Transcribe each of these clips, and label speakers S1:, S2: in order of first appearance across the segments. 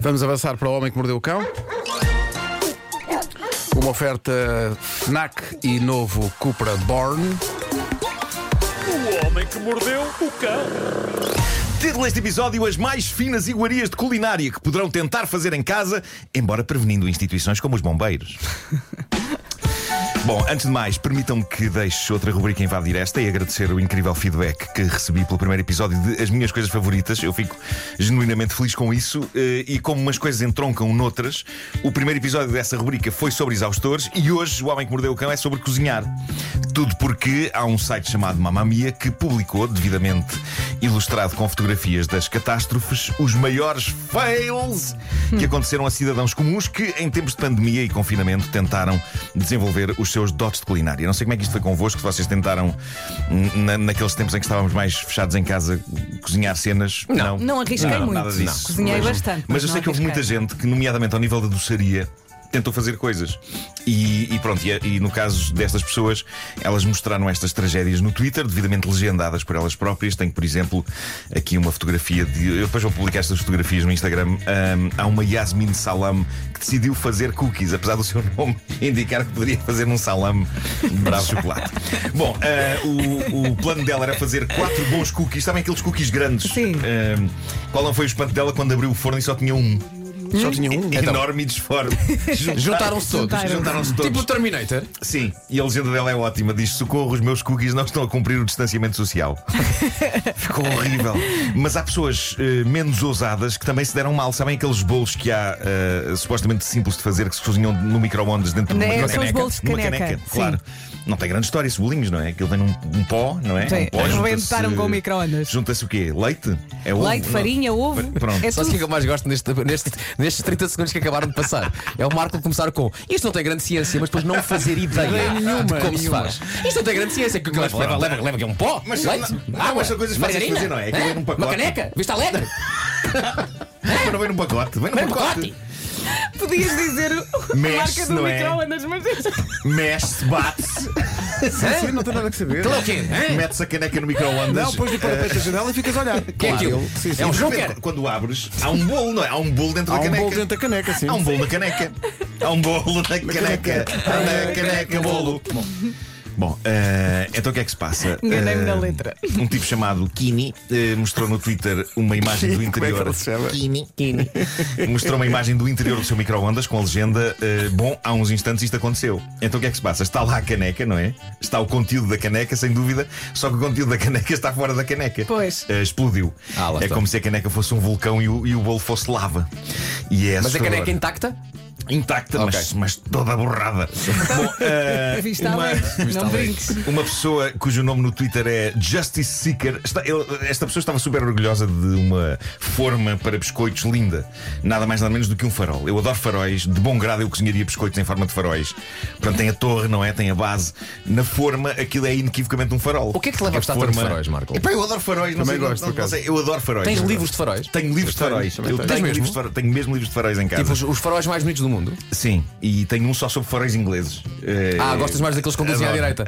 S1: Vamos avançar para o Homem que Mordeu o Cão. Uma oferta FNAC e novo Cupra Born.
S2: O homem que mordeu o cão.
S3: Título deste episódio: As mais finas iguarias de culinária que poderão tentar fazer em casa, embora prevenindo instituições como os bombeiros. Bom, antes de mais, permitam-me que deixe outra rubrica invadir esta e agradecer o incrível feedback que recebi pelo primeiro episódio de As Minhas Coisas Favoritas. Eu fico genuinamente feliz com isso eh, e como umas coisas entroncam noutras, o primeiro episódio dessa rubrica foi sobre exaustores e hoje o Homem que Mordeu o Cão é sobre cozinhar. Tudo porque há um site chamado Mamamia que publicou, devidamente ilustrado com fotografias das catástrofes, os maiores fails que aconteceram a cidadãos comuns que, em tempos de pandemia e confinamento, tentaram desenvolver os seus dotes de culinária. Não sei como é que isto foi convosco, se vocês tentaram, n- na- naqueles tempos em que estávamos mais fechados em casa, cozinhar cenas. Não,
S4: Não arrisquei muito.
S3: Nada disso.
S4: Cozinhei
S3: mas,
S4: bastante,
S3: Mas,
S4: mas
S3: eu
S4: não
S3: sei que houve muita
S4: arrisquei.
S3: gente que, nomeadamente ao nível da doçaria, tentou fazer coisas. E, e pronto, e, a- e no caso destas pessoas, elas mostraram estas tragédias no Twitter, devidamente legendadas por elas próprias. Tenho, por exemplo, aqui uma fotografia de. Eu depois vou publicar estas fotografias no Instagram. Ahm, há uma Yasmin Salam que decidiu fazer cookies, apesar do seu nome indicar que poderia fazer um salame bravo de chocolate. Bom, ah, o, o plano dela era fazer quatro bons cookies, sabem aqueles cookies grandes?
S4: Sim.
S3: Ahm, qual não foi o espanto dela quando abriu o forno e só tinha um?
S1: Só tinha um. Então,
S3: Enorme e disforme.
S1: Juntaram-se todos.
S3: Juntaram-se
S1: Tipo
S3: todos.
S1: o Terminator.
S3: Sim, e a legenda dela é ótima. Diz: Socorro, os meus cookies não estão a cumprir o distanciamento social. Ficou horrível. Mas há pessoas eh, menos ousadas que também se deram mal. Sabem aqueles bolos que há eh, supostamente simples de fazer que se cozinham no micro-ondas dentro de uma,
S4: Né,
S3: de uma
S4: são os
S3: caneca?
S4: bolos de
S3: Numa
S4: caneca, sim.
S3: claro. Não tem grande história esses bolinhos, não é? Aquilo vem num um pó, não é?
S4: Sim,
S3: um pó, junta-se-
S4: arrebentaram com o micro-ondas.
S3: Junta-se o quê? Leite? É ovo?
S4: Leite,
S3: Não.
S4: farinha, ovo.
S3: Pronto.
S4: É
S5: Só
S4: tudo.
S5: que eu mais gosto neste, neste, nestes 30 segundos que acabaram de passar. É o Marco começar com isto não tem grande ciência, mas depois não fazer ideia de como se faz. Isto não tem grande ciência, que o que leva, leva, leva, leva que é um pó,
S3: Mas são-
S5: leite,
S3: não, não,
S5: água,
S3: mas são coisas fáceis de
S5: margarina,
S3: fazer, não é? Aquilo
S5: hã?
S3: vem num pacote.
S5: uma caneca, viste alegre,
S3: Mas não vem num pacote. Vem num
S5: vem um
S3: pacote.
S5: pacote.
S4: Podias dizer a
S3: Mexe,
S4: marca do
S3: não é?
S4: micro-ondas, mas.
S3: Mexe-se, bate-se,
S5: Hã?
S1: Sim, não tem nada a saber.
S5: Aquilo é o quê? hã?
S3: mete-se a caneca no micro-ondas.
S1: Não, pões no parapete da janela e ficas a olhar.
S5: Que é aquilo?
S1: Sim, sim.
S5: É um
S3: De
S5: jogo.
S3: repente,
S5: Joker.
S3: Quando abres, há um bolo, não é? Há um bolo dentro
S1: Há
S3: da
S1: um
S3: caneca.
S1: bolo dentro da caneca, sim.
S3: Há um bolo na caneca. Há um bolo na caneca. Há na caneca, bolo. Bom, Bom, eh, então o que é que se passa?
S4: Enganei-me na
S3: Eh,
S4: letra.
S3: Um tipo chamado Kini eh, mostrou no Twitter uma imagem do
S1: Como é que
S3: interior.
S1: ele se chama?
S3: Mostrou uma imagem do interior do seu micro-ondas com a legenda: eh, Bom, há uns instantes isto aconteceu. Então o que é que se passa? Está lá a caneca, não é? Está o conteúdo da caneca, sem dúvida, só que o conteúdo da caneca está fora da caneca.
S4: Pois.
S3: Eh, explodiu.
S5: Ah, lá
S3: é
S5: está.
S3: como se a caneca fosse um vulcão e o, e o bolo fosse lava. E é
S5: Mas a
S3: assustador.
S5: caneca intacta?
S3: intacta, mas,
S5: Ok.
S3: mas toda borrada. Bom, eh,
S4: Vista
S3: uma-
S4: alegre. Não brinques.
S3: uma pessoa cujo nome no Twitter é Justice Seeker. Está- ele- esta pessoa estava super orgulhosa de uma forma para biscoitos linda. Nada mais nada menos do que um farol. Eu adoro faróis. De bom grado eu cozinharia biscoitos em forma de faróis. Portanto, tem a torre, não é? Tem a base. Na forma, aquilo é inequivocamente um farol.
S5: O que é que te leva a gostar tanto de faróis, Marco?
S3: Epá, eu adoro faróis. não
S1: Também
S3: sei,
S1: gosto,
S3: não-
S1: por
S3: não
S1: acaso.
S3: sei, Eu adoro faróis.
S5: Tens livros de faróis?
S3: Tenho livros de
S1: Tenho,
S3: faróis.
S1: também
S3: eu
S1: tenho.
S3: tenho,
S5: Tens mesmo?
S3: livros de faróis, tenho mesmo livros de faróis em casa.
S5: Tipo os, os faróis mais bonitos do mundo.
S3: Sim, e tenho um só sobre faróis ingleses. Eh,
S5: Ah, gostas mais daqueles que conduzem à
S3: adoro.
S5: direita.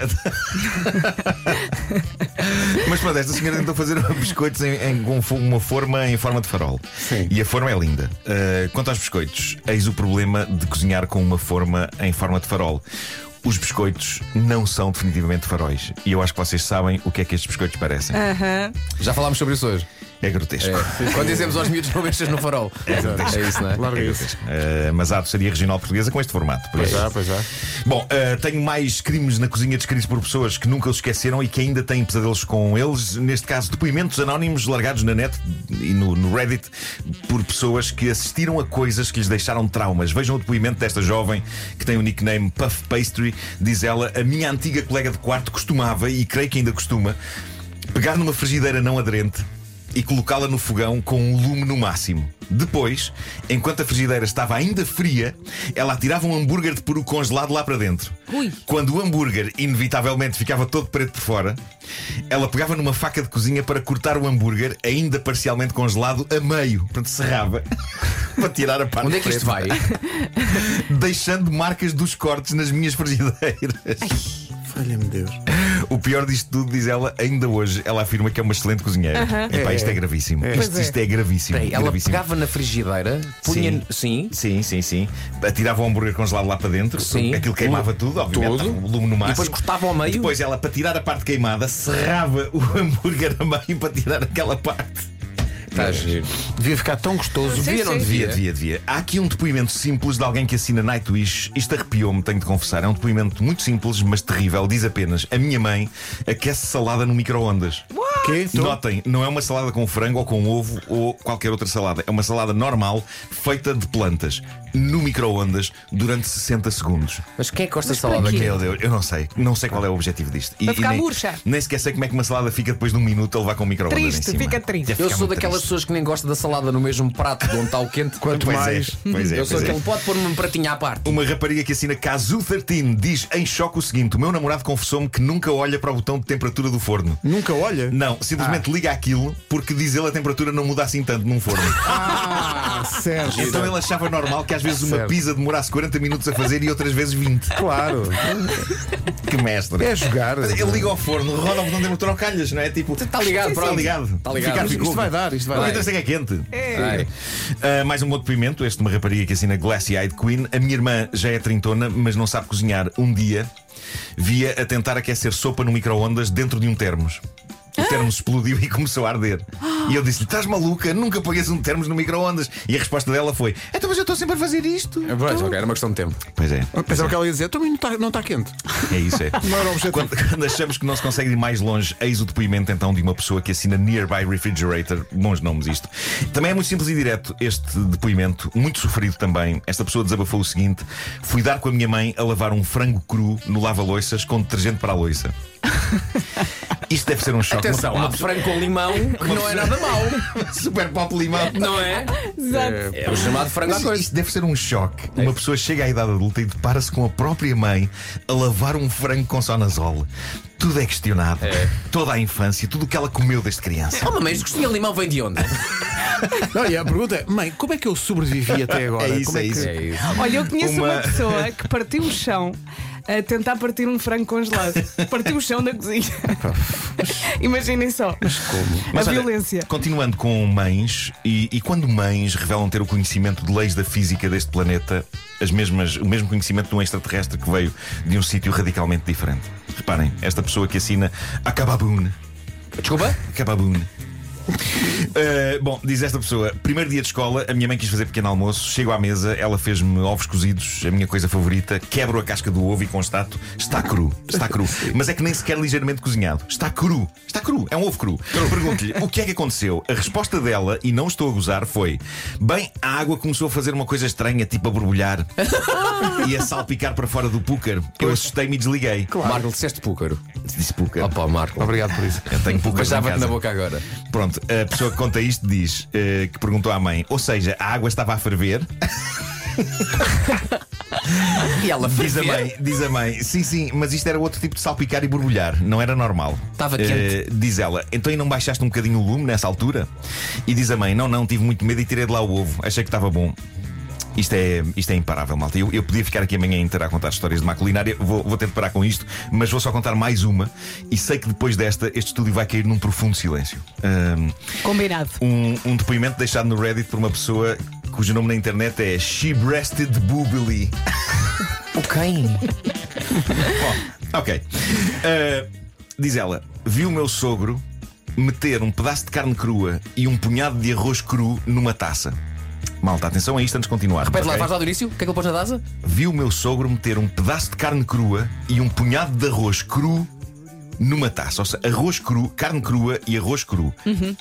S3: Mas pronto, esta senhora tentou fazer biscoitos em, em- com fo- uma forma em forma de farol.
S1: Sim.
S3: E a forma é linda. Uh, quanto aos biscoitos, eis o problema de cozinhar com uma forma em forma de farol. Os biscoitos não são definitivamente faróis. E eu acho que vocês sabem o que é que estes biscoitos parecem.
S4: Aham.
S5: Já falámos sobre isso hoje.
S3: É grotesco.
S5: Quando dizemos aos miúdos não mexas no farol. É isso, não é?
S1: Larga isso.
S3: Uh, mas há doçaria regional portuguesa com este formato. por
S1: Pois
S3: isso.
S1: já, pois já.
S3: Bom, eh, tenho mais crimes na cozinha descritos por pessoas que nunca os esqueceram e que ainda têm pesadelos com eles. Neste caso, depoimentos anónimos largados na net e no, no Reddit por pessoas que assistiram a coisas que lhes deixaram traumas. Vejam o depoimento desta jovem que tem o nickname Puff Pastry. Diz ela: A minha antiga colega de quarto costumava, e creio que ainda costuma, pegar numa frigideira não aderente e colocá-la no fogão com um lume no máximo. Depois, enquanto a frigideira estava ainda fria, ela atirava um hambúrguer de peru congelado lá para dentro.
S4: Ui.
S3: Quando o hambúrguer inevitavelmente ficava todo preto por fora, ela pegava numa faca de cozinha para cortar o hambúrguer, ainda parcialmente congelado, a meio. Portanto, serrava para tirar a parte
S5: Onde é que isto
S3: preta,
S5: vai?
S3: Deixando marcas dos cortes nas minhas frigideiras.
S1: Olha-me Deus.
S3: O pior disto tudo, diz ela, ainda hoje, ela afirma que é uma excelente cozinheira. Epá, isto é gravíssimo.
S4: Pois
S3: Isto,
S4: é.
S3: isto é gravíssimo.
S5: Peraí, ela
S3: gravíssimo.
S5: pegava na frigideira, punha. Sim.
S3: Sim, sim, sim. Atirava o hambúrguer congelado lá para dentro.
S5: Sim.
S3: Aquilo queimava tudo, obviamente.
S5: Tudo.
S3: estava o lume no máximo.
S5: depois cortava ao meio?
S3: Depois ela, para tirar a parte queimada, serrava o hambúrguer a meio para tirar aquela parte.
S5: Está Tá giro.
S1: Devia ficar tão gostoso.
S4: Sim,
S1: Devia, não
S4: sim.
S1: devia?
S3: Devia, devia, devia. Há aqui um depoimento simples de alguém que assina Nightwish. Isto arrepiou-me, tenho de confessar. É um depoimento muito simples, mas terrível. Diz apenas: A minha mãe aquece salada no micro-ondas.
S1: Quê?
S5: Então?
S1: Tu?
S3: Notem, não é uma salada com frango ou com ovo ou qualquer outra salada. É uma salada normal, feita de plantas, no micro-ondas, durante 60 segundos.
S5: Mas quem é que gosta de
S4: para
S5: salada?
S4: quê?
S5: Quem-
S3: Meu Deus, eu não sei. Não sei qual é o objetivo disto. E,
S4: Vai ficar
S3: nem,
S4: murcha.
S3: Nem sequer sei como é que uma salada fica depois de um minuto a levar com o micro-ondas. em
S4: Triste,
S3: cima.
S4: fica triste.
S3: Deve
S5: Eu
S3: ficar
S5: sou
S3: muito
S5: daquelas
S3: triste.
S5: pessoas que nem gosta da salada no mesmo prato de onde está o quente.
S1: Quanto
S3: Pois
S1: mais.
S3: é, pois é,
S5: Eu sou
S3: pois é.
S5: aquele, pode pôr-me um pratinho à parte.
S3: Uma rapariga que assina Casu 13 diz em choque o seguinte: O meu namorado confessou-me que nunca olha para o botão de temperatura do forno.
S1: Nunca olha?
S3: Não, simplesmente liga aquilo porque diz ele a temperatura não muda assim tanto num forno.
S1: Ah, Sérgio.
S3: então ele achava normal que às vezes uma
S1: Certo.
S3: pizza demorasse 40 minutos a fazer e outras vezes 20.
S1: Claro.
S3: Que mestre.
S1: É jogar.
S3: Ele liga ao forno, roda o botão de temperatura ao calhas, não é? Tipo,
S5: Está ligado,
S3: está
S5: pronto.
S3: ligado.
S5: Está ligado.
S3: Ficar
S5: Mas
S1: Isto
S3: ficou.
S1: vai dar, isto vai
S3: Não
S1: dar.
S3: interessa que é quente.
S5: Ai.
S3: Ah, mais um bom depoimento, este de uma rapariga que assina Glassy Eyed Queen. A minha irmã já é trintona, mas não sabe cozinhar. Um dia via a tentar aquecer sopa no micro-ondas dentro de um termos. O termos explodiu e começou a arder. E eu disse-lhe: Estás maluca? Nunca ponhas um termos no micro-ondas. E a resposta dela foi: Então, mas eu estou sempre a fazer isto.
S5: Pois, ok, era uma questão de tempo.
S3: Pois é,
S1: Pensava que ela ia dizer, também não está não tá quente.
S3: é isso. É.
S1: Não era o objetivo.
S3: Quando, quando achamos que não se consegue ir mais longe, eis o depoimento então de uma pessoa que assina Nearby Refrigerator. Bons nomes isto. Também é muito simples e direto este depoimento, muito sofrido também. Esta pessoa desabafou o seguinte: fui dar com a minha mãe a lavar um frango cru no lava-loiças com detergente para a loiça. Isto deve ser um choque.
S5: Atenção, há frango com limão que não é nada mau,
S3: Uma- Super pop limão.
S5: não é?
S4: Exato.
S5: É o chamado frango à
S3: Mas
S5: coisa.
S3: Isto deve ser um choque. Uma pessoa chega à idade adulta e depara-se com a própria mãe a lavar um frango com sonazol. Tudo é questionado. Toda a infância, tudo o que ela comeu desde criança.
S5: Oh, mamãe, mas gostinho de limão vem de onde?
S1: Não, e a pergunta é, mãe, como é que eu sobrevivi até agora?
S3: É isso,
S1: como
S3: é isso.
S1: Que...
S5: isso.
S4: Olha, eu conheço uma...
S3: Uma-
S4: pessoa que partiu o chão a tentar partir um frango congelado. Partiu o chão da cozinha. Imaginem só.
S3: Mas
S4: a
S3: olha,
S4: violência.
S3: Continuando com mães, e, e quando mães revelam ter o conhecimento de leis da física deste planeta, as mesmas, o mesmo conhecimento de um extraterrestre que veio de um sítio radicalmente diferente. Reparem, esta pessoa que assina Acababune.
S5: Desculpa?
S3: Cababune. Uh, bom, diz esta pessoa: primeiro dia de escola, a minha mãe quis fazer pequeno almoço. Chego à mesa, ela fez-me ovos cozidos, é a minha coisa favorita. Quebro a casca do ovo e constato: está cru, está cru. Mas é que nem sequer ligeiramente cozinhado. Está cru, está cru, é um ovo cru. Pergunto-lhe: o que é que aconteceu? A resposta dela, e não estou a gozar, foi: bem, a água começou a fazer uma coisa estranha, tipo a borbulhar e a salpicar para fora do púcar. Eu assustei-me e desliguei.
S5: Marco, disseste púcaro.
S3: Disse púcar.
S5: Opa, Marco.
S1: Obrigado por isso.
S3: Eu tenho púcar.
S5: Mas
S3: em
S5: dava-te
S3: casa.
S5: na boca agora.
S3: Pronto, a pessoa que conta isto diz eh, que perguntou à mãe, ou seja, a água estava a ferver.
S5: E ela
S3: Diz a mãe, diz a mãe, sim, sim, mas isto era outro tipo de salpicar e borbulhar, não era normal.
S5: Estava
S3: Eh,
S5: quente.
S3: diz ela, então e não baixaste um bocadinho o lume nessa altura? E diz a mãe, não, não, tive muito medo e tirei de lá o ovo, achei que estava bom. Isto é, isto é imparável, malta. Eu, eu podia ficar aqui amanhã inteira a contar histórias de má culinária. Vou, vou ter de parar com isto, mas vou só contar mais uma. E sei que depois desta, este estúdio vai cair num profundo silêncio. Ahm,
S4: Combinado.
S3: um, um depoimento deixado no Reddit por uma pessoa cujo nome na internet é She Breasted Boobily.
S5: O quem?
S3: Ok. Uh, diz ela: vi o meu sogro meter um pedaço de carne crua e um punhado de arroz cru numa taça. Malta, atenção a isto antes de continuar.
S5: Pede lá,
S3: ok?
S5: faz lá do início. O que é que ele pôs na taça?
S3: Vi o meu sogro meter um pedaço de carne crua e um punhado de arroz cru numa taça. Ou seja, arroz cru, carne crua e arroz cru.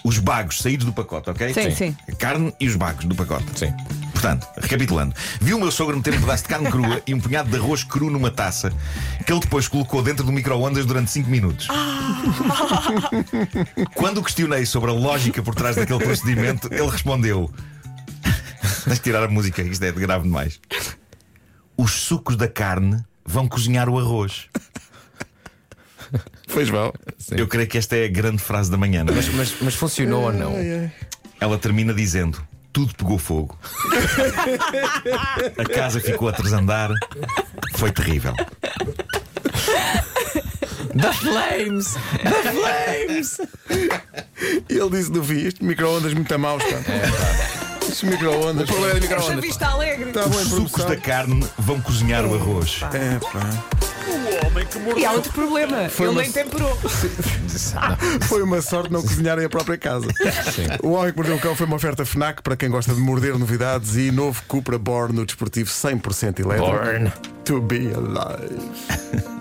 S3: Os bagos saídos do pacote, ok?
S4: Uhum. Sim, sim.
S3: A carne e os bagos do pacote.
S5: Sim.
S3: Portanto, recapitulando, vi o meu sogro meter um pedaço de carne crua e um punhado de arroz cru numa taça que ele depois colocou dentro do micro-ondas durante 5 minutos.
S4: Ah!
S3: Quando o questionei sobre a lógica por trás daquele procedimento, ele respondeu: Tens de tirar a música, isto é de grave demais. Os sucos da carne vão cozinhar o arroz.
S1: Fez mal.
S3: Eu creio que esta é a grande frase da manhã. não é?
S5: Mas, mas, mas funcionou ou não?
S3: Ela termina dizendo: Tudo pegou fogo. a casa ficou a trasandar. Foi terrível.
S5: The Flames! The Flames!
S1: E ele disse no fim: este micro-ondas muito a maus, pá. Este micro-ondas. O problema é
S4: Esta vista alegre.
S1: Está bom em
S3: Os sucos
S1: produção.
S3: da carne vão cozinhar o arroz.
S1: É, pá.
S2: O homem que mordeu.
S4: E há um outro problema.
S1: Foi
S4: Ele
S1: uma-
S4: nem temperou.
S1: Foi uma sorte não cozinharem a própria casa. O Homem que Mordeu o Cão foi uma oferta Fnac para quem gosta de morder novidades e novo Cupra Born no desportivo 100% elétrico.
S5: Born.
S1: To be alive.